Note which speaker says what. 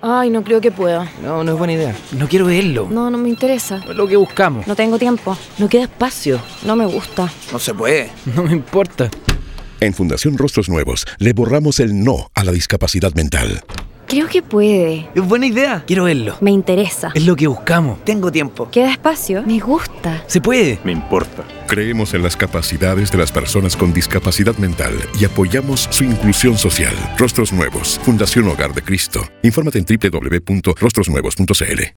Speaker 1: Ay, no creo que pueda.
Speaker 2: No, no es buena idea. No quiero verlo.
Speaker 1: No, no me interesa.
Speaker 2: No es lo que buscamos.
Speaker 1: No tengo tiempo.
Speaker 2: No queda espacio.
Speaker 1: No me gusta.
Speaker 3: No se puede.
Speaker 2: No me importa.
Speaker 4: En Fundación Rostros Nuevos le borramos el no a la discapacidad mental.
Speaker 1: Creo que puede.
Speaker 3: Es buena idea.
Speaker 2: Quiero verlo.
Speaker 1: Me interesa.
Speaker 2: Es lo que buscamos.
Speaker 3: Tengo tiempo.
Speaker 1: Queda espacio. Me gusta.
Speaker 2: Se puede.
Speaker 5: Me importa.
Speaker 4: Creemos en las capacidades de las personas con discapacidad mental y apoyamos su inclusión social. Rostros Nuevos, Fundación Hogar de Cristo. Infórmate en www.rostrosnuevos.cl.